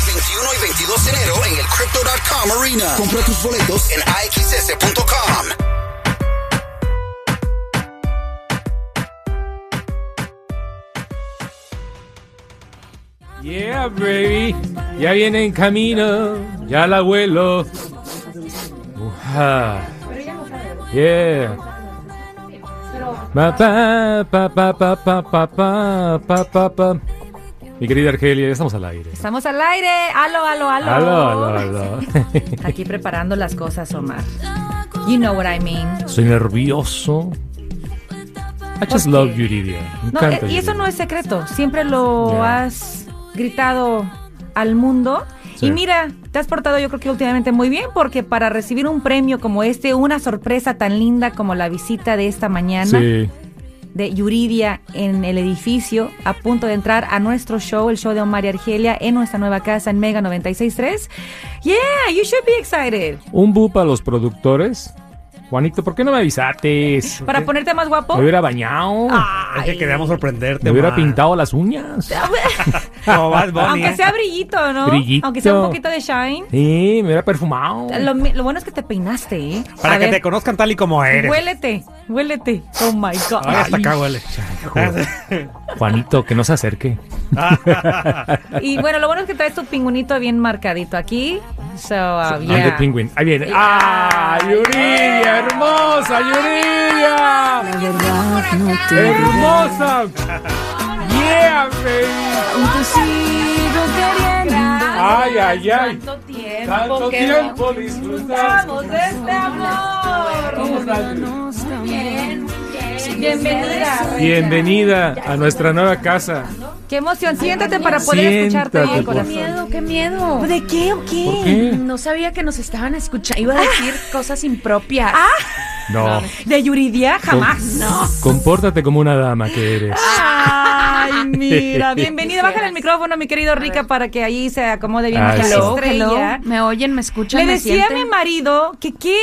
El 21 y 22 de enero en el Crypto.com Arena. Compra tus boletos en AXS.com. Yeah, baby. Ya viene en camino. Ya la abuelo. Ujá. Yeah. Pa, pa, pa, pa, pa, pa, pa, pa, pa, pa, pa. Mi querida Argelia, ya estamos al aire. Estamos al aire. Aló, aló, aló. Aló, aló, aló. Aquí preparando las cosas, Omar. You know what I mean. Soy nervioso. I just ¿Por love qué? Yuridia. Me No, encanta eh, y eso Yuridia. no es secreto. Siempre lo Ya. has gritado al mundo. Sí. Y mira, te has portado yo creo que últimamente muy bien porque para recibir un premio como este, una sorpresa tan linda como la visita de esta mañana Sí. de Yuridia en el edificio, a punto de entrar a nuestro show, el show de Omar y Argelia, en nuestra nueva casa en Mega 96.3. Yeah, you should be excited. Un bu para los productores. Juanito, ¿por qué no me avisaste? Para Ah, ponerte más guapo. Me hubiera bañado. Es que queríamos sorprenderte. me hubiera ma. pintado las uñas. Como Bad Bunny. ¿eh? Aunque sea brillito, ¿no? Brillito. Aunque sea un poquito de shine. Sí, me hubiera perfumado. Lo, mi- lo bueno es que te peinaste, ¿eh? Para A que ver, te conozcan tal y como eres. Huélete, huélete. Oh my God. Ay, hasta acá huele. Juanito, que no se acerque. Y bueno, lo bueno es que traes tu pingüinito bien marcadito aquí. So, uh, I'm the yeah. penguin. Ahí viene. Yeah. ¡Ah! ¡Yuridia! ¡Hermosa! ¡Yuridia! verdad no te ¡Hermosa! ¡Yeah, baby! aún te sigo queriendo. ¡Ay, ay, ay! Tanto tiempo Tanto que tiempo disfrutamos. disfrutamos de este amor. ¿Cómo estás? Bien, bien. Bienvenida. Bienvenida a nuestra nueva casa. Qué emoción. Siéntate para poder escucharte Siéntate, bien, por corazón. miedo, qué miedo. ¿De qué o qué? ¿Por qué? No sabía que nos estaban escuchando. Iba a decir cosas impropias. No. Ah, De Yuridia jamás. Ah. Com- Compórtate como una dama que eres. Ay, mira, bienvenida. Bájale el micrófono, mi querido Rica, para que ahí se acomode bien Ah, nuestra sí. Hello, estrella. hello. Me oyen, me escuchan, Le me decía a mi sienten. marido que qué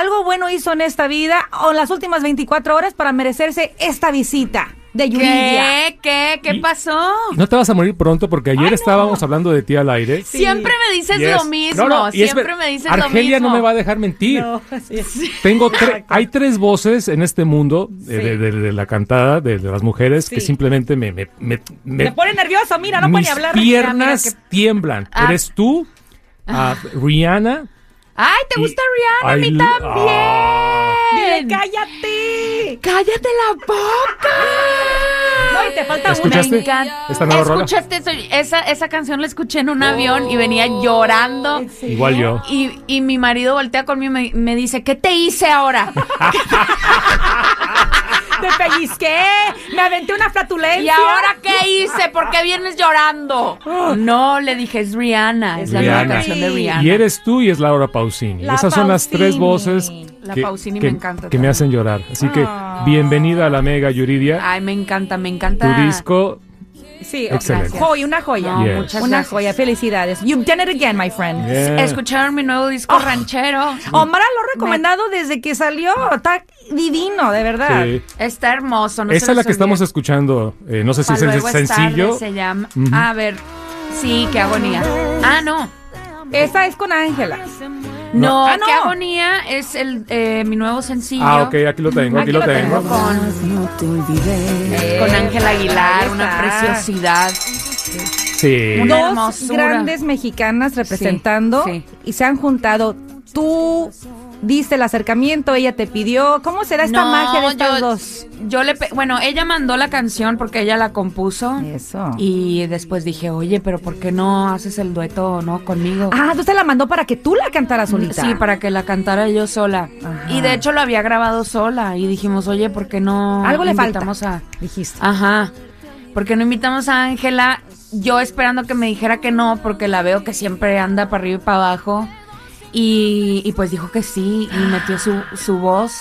algo bueno hizo en esta vida o en las últimas 24 horas para merecerse esta visita de Yuridia. ¿Qué? ¿Qué? ¿Qué pasó? No te vas a morir pronto porque ayer estábamos hablando de ti al aire. Siempre me dices Yes. lo mismo. No, no, y es ver- siempre me dices lo mismo. Argelia no me va a dejar mentir. Tengo tre- hay tres voces en este mundo eh, de, de- de la cantada de, de las mujeres que Sí. simplemente me, me, me- me- Me pone nervioso, mira, no puede mis ni hablar. piernas Mira, mira tiemblan. Ah. Eres tú, ah, Rihanna. Ay, ¿te y- gusta Rihanna? A I mí lo- también. Ah. que- Dile, cállate. ¡Cállate la boca! No, y te falta ¿Escuchaste Me encanta. esta nueva rola? ¿Escuchaste eso? Esa, esa canción la escuché en un avión y venía llorando. Igual yo. Y, y mi marido voltea conmigo y me, me dice, ¿qué te hice ahora? una. Te pellizqué, me aventé una flatulencia. ¿Y ahora qué hice? ¿Por qué vienes llorando? No, le dije, es Rihanna. Es la nueva Rihanna. canción de Rihanna. Y eres tú y es Laura Pausini. La Esas son las tres Pausini. voces La que, Pausini que- me encanta que me también. Ah. hacen llorar. Así que bienvenida a la mega Yuridia. Ay, me encanta, me Tu encanta. disco Sí, Excelente. gracias. Joya, una joya. No, Yes. muchas Una gracias. joya, felicidades. You've done it again, my friend. Yeah. ¿Escucharon mi nuevo disco Oh. ranchero? Mm. Oh, Omar lo ha recomendado desde que salió. Está divino, de verdad. Sí. Está hermoso. no se Esa es la los que estamos olviden. escuchando. eh, no sé si Pa' es el luego es sencillo. tarde, se llama. A ver. Sí, qué agonía. Ah, no. Esa es con Ángela. No, Ah, no. qué agonía es el, eh, mi nuevo sencillo. Ah, ok, aquí lo tengo, aquí, Aquí lo lo tengo. tengo. Con- No te olvidé. Con Ángela Aguilar, Ahí una está. preciosidad. Sí. Una Dos hermosura. grandes mexicanas representando sí. y se han juntado. Tú diste el acercamiento, ella te pidió. ¿Cómo será esta No, magia de estas yo- dos? Yo le pe- bueno, ella mandó la canción porque ella la compuso Eso. y después dije, "Oye, pero ¿por qué no haces el dueto no conmigo?" Ah, tú se la mandó para que tú la cantaras solita. Sí, para que la cantara yo sola. Ajá. Y de hecho lo había grabado sola y dijimos, "Oye, ¿por qué no Algo le falta. invitamos a Dijiste. Ajá. ¿Por qué no invitamos a Ángela yo esperando que me dijera que no, porque la veo que siempre anda para arriba y para abajo. Y, y pues dijo que sí, y metió su, su voz.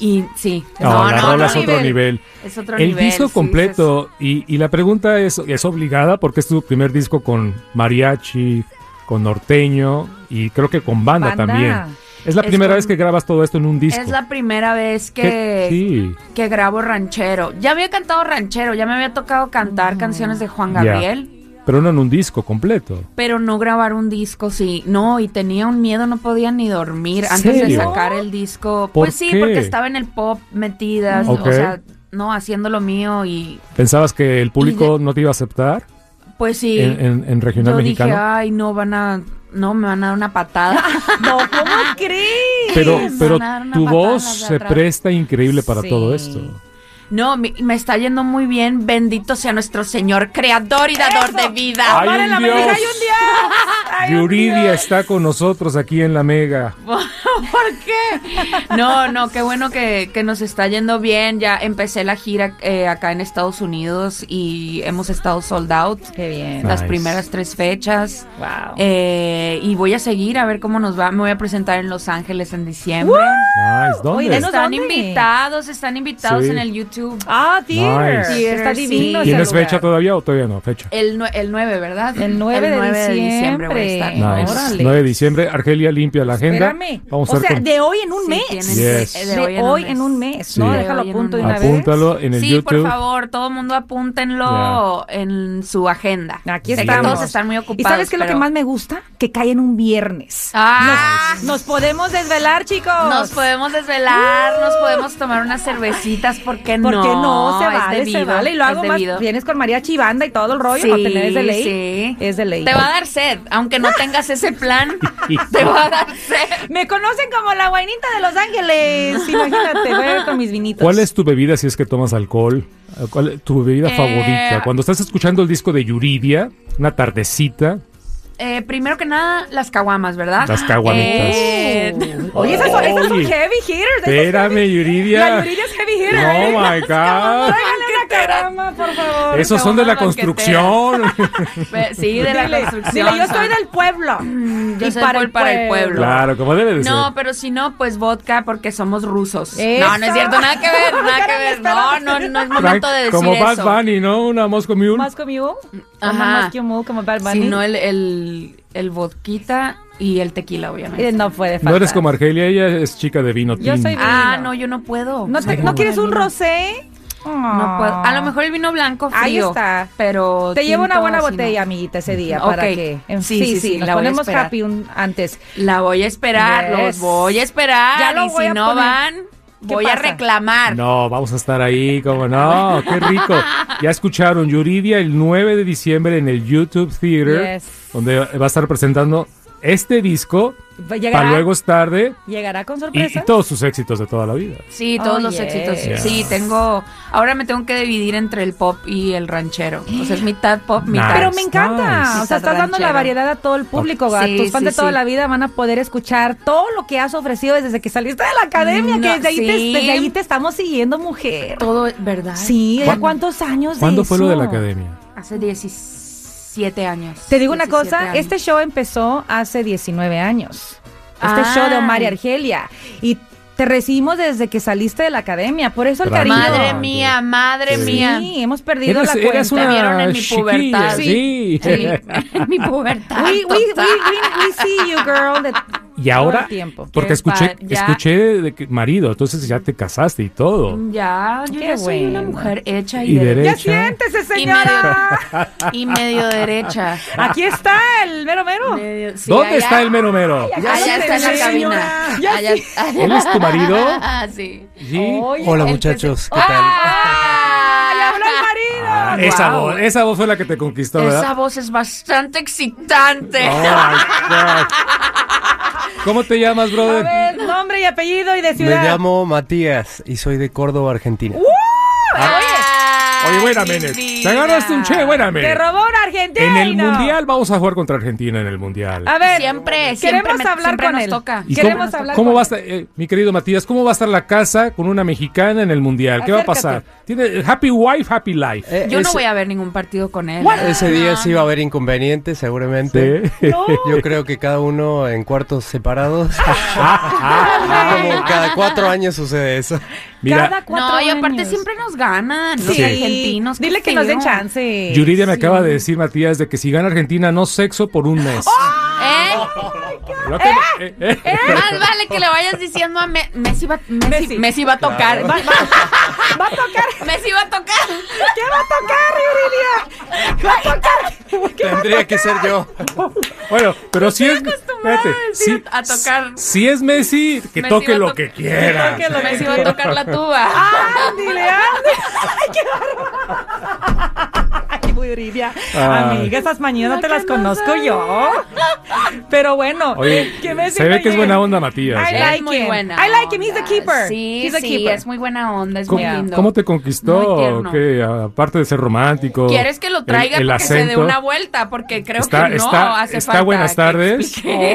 Y sí. No, la rola es otro nivel. Es otro el nivel, disco sí, completo, y, y la pregunta es, es obligada porque es tu primer disco con mariachi, con norteño y creo que con banda, Banda. también. Es la Es primera con- vez que grabas todo esto en un disco. Es la primera vez ¿Qué- que, Sí. que grabo ranchero. Ya había cantado ranchero, ya me había tocado Mm. cantar canciones de Juan Gabriel. Ya. Pero no en un disco completo. Pero no grabar un disco, sí. No, y tenía un miedo, no podía ni dormir antes de ¿Serio? sacar el disco. ¿Por Pues sí, qué? porque estaba en el pop metida, Ok. o sea, no, haciendo lo mío y ¿Pensabas que el público no te iba a aceptar pues sí. en, en- en regional yo mexicano? dije, ay, no, van a, no, me van a dar una patada. No, ¿cómo crees? pero van pero a dar una tu patada voz a las de se atrás. presta increíble para Sí. todo esto. No, me, me está yendo muy bien. Bendito sea nuestro Señor, creador y dador de vida. Hay un Dios. Yuridia está con nosotros aquí en la Mega. ¿Por qué? No, no, qué bueno que, que nos está yendo bien. Ya empecé la gira eh, acá en Estados Unidos y hemos estado sold out. Qué bien. Las Nice. primeras tres fechas. Wow. Eh, y voy a seguir a ver cómo nos va. Me voy a presentar en Los Ángeles en diciembre. Nice, ¿dónde? Oye, ¿Dinos Están dónde? invitados, están invitados Sí. en el YouTube. Ah, theater. Nice. Theater, Está sí. divino. ese ¿Tienes lugar. fecha todavía o todavía no? Fecha. El, nue- el 9, ¿verdad? El 9 de diciembre. voy a estar. No, Nice. Eh, órale. 9 de diciembre, Argelia limpia la agenda. Espérame. Vamos a o ver sea, con- de hoy en un Sí, mes. tienen- Yes. De hoy, en un mes, ¿no? Sí. Déjalo De hoy en punto de un una mes. vez. apúntalo en el sí, YouTube. por favor, todo mundo apúntenlo en su agenda. Aquí Sé que estamos. todos están muy ocupados. ¿Y sabes qué es lo que pero- más me gusta? Que cae en un viernes. Ah, Nos podemos desvelar, chicos. nos podemos desvelar, nos podemos tomar unas cervecitas, ¿por qué no? Porque no, se Es vale, se debido, vale. Y lo es hago más. debido. Vienes con mariachi y banda y todo el rollo. no te me des de ley. sí. Es de ley. Te va a dar sed, aunque no tengas ese plan, te va a dar sed. Me conocen como la guainita de Los Ángeles. Imagínate, voy a ir con mis vinitos. ¿Cuál es tu bebida si es que tomas alcohol? ¿Cuál es tu bebida Eh, favorita? Cuando estás escuchando el disco de Yuridia, una tardecita, Eh, primero que nada, las caguamas, ¿verdad? Las caguamitas. Eh, Oye, esas son, esas son Oye. heavy hitters. esas Espérame, Yuridia. La Yuridia es heavy hitter. No, ¿eh? my Las God. caguamas, tráigale una caramba, por favor. esos son de la construcción. pe- sí, de la Dile, construcción. dile, yo soy son. del pueblo. yo y soy del pueblo, para el pueblo. claro, como debe de ser. No, pero si no, pues vodka porque somos rusos. Eso. No, no es cierto, nada que ver, nada que Espérame, ver. No, espérame, no, no es Frank, momento de decir como Bad eso. Bunny, ¿no? Una Moscow Mule. Más conmigo. Ajá. Más que Mule, como Bad Bunny. Si no, el, el, el vodquita y el tequila, Eh, obviamente. No puede faltar. No eres como Argelia, ella es chica de vino. Yo tin. soy- Ah, vino. no, yo no puedo. ¿No, te- ¿no quieres un rosé? No puedo. A lo mejor el vino blanco frío. Ahí está. Pero Te llevo una tinto, buena así no. botella, amiguita, ese día para Ok. que. en- Sí, sí, sí, Nos la voy a ponemos esperar. happy un- antes. La voy a esperar, los Yes. voy a esperar. Ya lo y voy si a no poner. van, ¿Qué voy a pasa? reclamar. No, vamos a estar ahí, como no, qué rico. Ya escucharon Yuridia el 9 de diciembre en el YouTube Theater, Yes. donde va a estar presentando este disco. Va- llegará- Para luego es tarde Llegará con y, sorpresa. y todos sus éxitos de toda la vida. Sí, todos Oh, los yes. éxitos. Yeah. Sí, tengo. Ahora me tengo que dividir entre el pop y el ranchero. O sea, es mitad pop, mitad. Nice. Pero me encanta. Nice. O sea, estás dando la Ranchero. variedad a todo el público. a Sí, Tus fans sí, de toda sí. la vida van a poder escuchar todo lo que has ofrecido desde que saliste de la academia. Mm, que no, desde, ahí sí. te, desde ahí te estamos siguiendo, mujer. Todo, ¿verdad? Sí, ¿ya ¿Cuán- cuántos años de ¿Cuándo fue lo de la eso? academia? Hace 17 años. Te digo una 17 cosa, años. este show empezó hace 19 años. Este Ah. show de Omar y Argelia. Y te recibimos desde que saliste de la academia. Por eso el Bravo. cariño. Madre No, mía, madre Sí. mía. Sí, hemos perdido Eras- la cuenta. eras una- Me vieron en mi chiquilla, pubertad. sí. en mi pubertad. We, we- we- total. we- we see you, girl. de- Y ahora, el tiempo. porque Qué escuché, pa- ya. escuché de que marido, entonces ya te casaste y todo. Ya, yo Qué ya soy una bueno. mujer hecha y, Y derecha. Ya derecha. siéntese, Y medio- señora. Y medio derecha. Aquí está el mero mero. Medio- sí, ¿Dónde allá- está el mero mero? Allá está en la Sí, señora. cabina. Ya Allá- ¿Él es tu marido? Ah, sí. Sí. Hola, muchachos. ¿Qué tal? ¡Ay, habló el marido! Ah, esa, Wow. voz, esa voz fue la que te conquistó, Esa ¿verdad? voz es bastante excitante. Oh, my God. ¿Cómo te llamas, A brother? ver, nombre y apellido y de Me ciudad. llamo Matías y soy de Córdoba, Argentina. Ah, Oye, Ay, buena, mi Menes. Te vida. agarraste un che, buena, Te Menes. robó un argentino. En el mundial vamos a jugar contra Argentina en el mundial. A ver, Siempre, queremos siempre me- hablar siempre con nos él. toca. ¿Y Ah, Queremos cómo, hablar cómo con va a estar, eh, mi querido Matías, cómo va a estar la casa con una mexicana en el mundial? ¿Qué va a pasar? Acércate. Tiene eh, happy wife, happy life. Eh, Yo no ese- voy a ver ningún partido con él. Ese día sí va a haber inconvenientes, Eh, seguramente. Sí. Yo creo que cada uno en cuartos separados. Ah, Como cada cuatro años sucede eso. Mira, Cada cuatro No, y aparte años. siempre nos ganan los Sí. argentinos. qué Dile que nos den feo. chance. Yuridia me acaba de decir, Matías, de que si gana Argentina, no sexo por un mes. ¡Oh! ¿Eh? Lo que- eh, eh. Más vale que le vayas diciendo a Me- Messi, va, Messi, Messi. Messi va a tocar. Claro. Va, va- va a tocar. Messi va a tocar. ¿Qué va a tocar, Yuridia? ¿Va a tocar? ¿Qué va a Tendría que ser yo. Bueno, pero si es. acostumbrada espérate, a decir- a tocar. Si es Messi, que Messi va toque a lo to- que quiera. Que lo que Messi va a quiera. tocar la tuba. Ándale, ándale. Ah, Ay, qué bárbaro. Ay, Yuridia. Ay. Amiga, esas mañas no La te las que no conozco sabe. yo. Pero bueno, Oye, ¿qué me se sirve ve que es ayer? buena onda, Matías, I ¿eh? like Es muy him. buena. I like him. He's the onda. keeper. Sí, He's the sí, keeper. es muy buena onda, es ¿Cómo, muy lindo. cómo te conquistó? Muy tierno. ¿Qué? Aparte de ser romántico. ¿Quieres que lo el- traiga el para que se dé acento. una vuelta? Porque creo Está- que no está- hace está falta buenas que tardes. explique.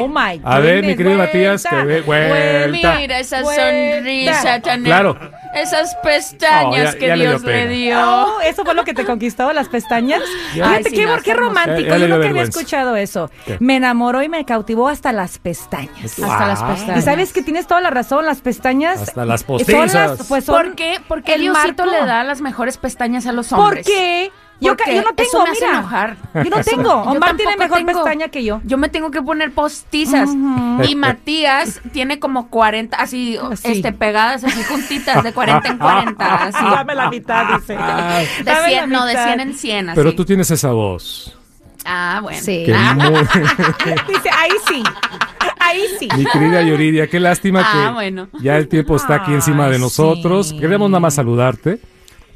Oh my God. A ver, mi querido Matías, que ve- vuelta. Pues Mira esa Vuelta. sonrisa tan Claro. Esas pestañas Oh, ya- que ya le dio Dios le pena. dio. Oh, eso fue lo que te conquistó las pestañas. Ya. Fíjate Ay, sí, qué, no, qué está hermoso. romántico. Ya- ya le Yo dio nunca había vergüenza. escuchado eso. ¿Qué? Me enamoró y me cautivó hasta las pestañas. Hasta las Wow. pestañas. Y sabes que tienes toda la razón, las pestañas. eh, Hasta las son las- postizas. pues son ¿Por qué? ¿Por qué el Diosito marco. le da las mejores pestañas a los ¿Por hombres? qué? Yo, ca- Porque yo no tengo, eso me hace mira. enojar. Yo no tengo. Yo Omar tiene tampoco mejor tengo. pestaña que yo. Yo me tengo que poner postizas. Y Matías tiene como 40, así, Así. este, pegadas, así juntitas, de 40 en 40. Así. Dame la mitad, dice. De Dame la 100, no, de mitad. 100 en 100. Así. Pero tú tienes esa voz. Ah, bueno. Sí. que muy- Ah, Dice, ahí sí. Ahí sí. Mi querida Yuridia, qué lástima Ah, que bueno. ya el tiempo está aquí encima de Ay, nosotros. sí. Queremos nada más saludarte,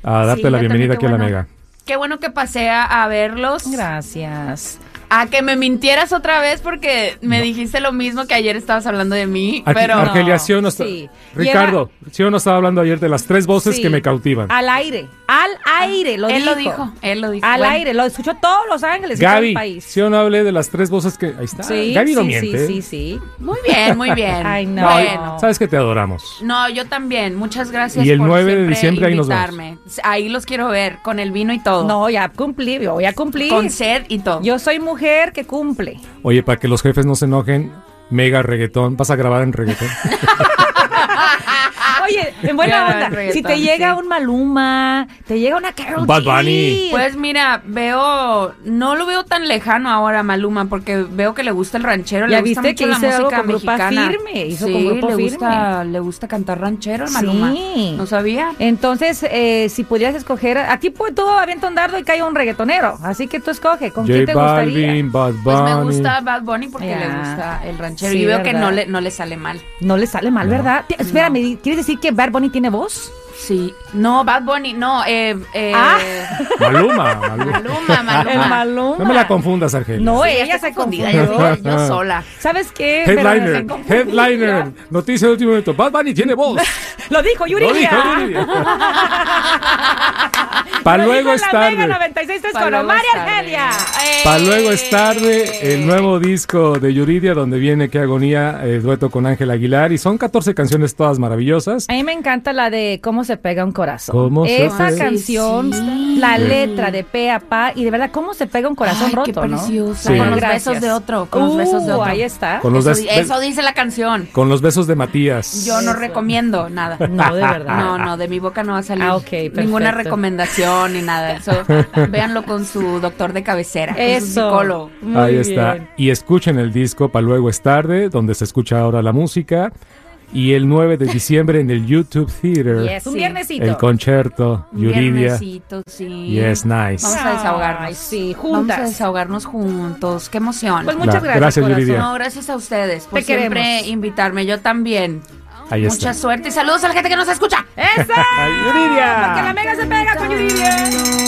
a darte la Sí, yo también, bienvenida qué aquí a la bueno. mega. Qué bueno que pasé a, a verlos. Gracias. A que me mintieras otra vez porque me dijiste lo mismo que ayer estabas hablando de mí. Aquí, pero Argelia, ¿sí o no está- sí. Ricardo, sí o no estaba hablando ayer de las tres voces Sí. que me cautivan. Al aire. Al aire. Lo él dijo. lo dijo. Él lo dijo. Al Bueno, aire. Lo escuchó todos Los Ángeles. y todo el Gaby, país. ¿sí o no hablé de las tres voces que... Ahí está. Gaby no sí, miente. ¿eh? sí, sí, sí. Muy bien, muy bien. Ay, no. Bueno. Sabes que te adoramos. No, yo también. Muchas gracias Y el por 9 de siempre diciembre ahí nos vemos. invitarme. Ahí los quiero ver con el vino y todo. No, ya cumplí. Yo ya cumplí. Con sed y todo. Yo soy mujer que cumple. Oye, para que los jefes no se enojen, mega reggaetón. ¿Vas a grabar en reggaetón? Oye, en buena Claro, el onda. Si reggaetón, te llega sí. un Maluma, te llega una Carol Bad G. Bunny. Pues mira, veo, no lo veo tan lejano ahora Maluma, porque veo que le gusta el ranchero, Ya le gusta viste mucho que la hizo algo música con Grupa mexicana. Firme, hizo sí, con Grupo le Firme. gusta, le gusta cantar ranchero a Maluma. Sí. No sabía. Entonces, eh, si pudieras escoger, aquí pues, todo avienta un dardo y cae un reggaetonero. Así que tú escoge, ¿con quién J te gustaría? Balvin, Bad Bunny. Pues me gusta Bad Bunny porque Ya. le gusta el ranchero Sí, y veo que ¿verdad? no le, no le sale mal. No le sale mal, ¿verdad? Te- Espérame, di- ¿quieres decir que Bad Bunny tiene voz? Sí. No, Bad Bunny, no. Eh, eh, Ah. Maluma, Maluma. Maluma, Maluma. Maluma. No me la confundas, Argelia. Ah, No, Sí, ya ella estoy se confundida, confundió. yo, yo sola. ¿Sabes qué? Pero Headliner, se confundió. headliner, noticia de último momento. Bad Bunny tiene voz. Lo dijo Yuri. Lo dijo Yuridia. Pa' luego es Mega tarde. 96.3 Pa' con luego Omar y es tarde. Argelia. Eh, Pa' luego es tarde, el nuevo disco de Yuridia, donde viene Qué agonía, eh, dueto con Ángel Aguilar. Y son 14 canciones todas maravillosas. A mí me encanta la de cómo se pega un corazón. ¿Cómo se Esa pega? canción, Sí. la Sí. letra de pe a pa y de verdad cómo se pega un corazón Ay, roto, qué ¿no? preciosa. Sí. Con los Gracias. besos de otro, con los besos de Uh, otro. Ahí está. Con los, des- Eso, di- eso dice la canción. con los besos de Matías. Yo no recomiendo nada. No, de verdad. No, no, de mi boca no va a salir Ah, ok, perfecto. ninguna recomendación ni nada. Eso, véanlo con su doctor de cabecera, con su Eso. psicólogo. Muy Ahí está. bien. Y escuchen el disco Pa' luego es tarde, donde se escucha ahora la música. Y el 9 de diciembre en el YouTube Theater, Yes, un Sí. viernesito. el concierto Un Yuridia. Viernesito, sí. Yes, nice. Vamos a desahogarnos. Ay, Ah, sí, Vamos a juntas. desahogarnos juntos. Qué emoción. Pues muchas Claro, gracias, gracias, corazón. Yuridia. no, gracias a ustedes por Te siempre queremos. invitarme. Yo también. Ahí Mucha está. suerte y saludos a la gente que nos escucha. ¡Eso! Ay, Yuridia. Porque la mega se pega con Yuridia.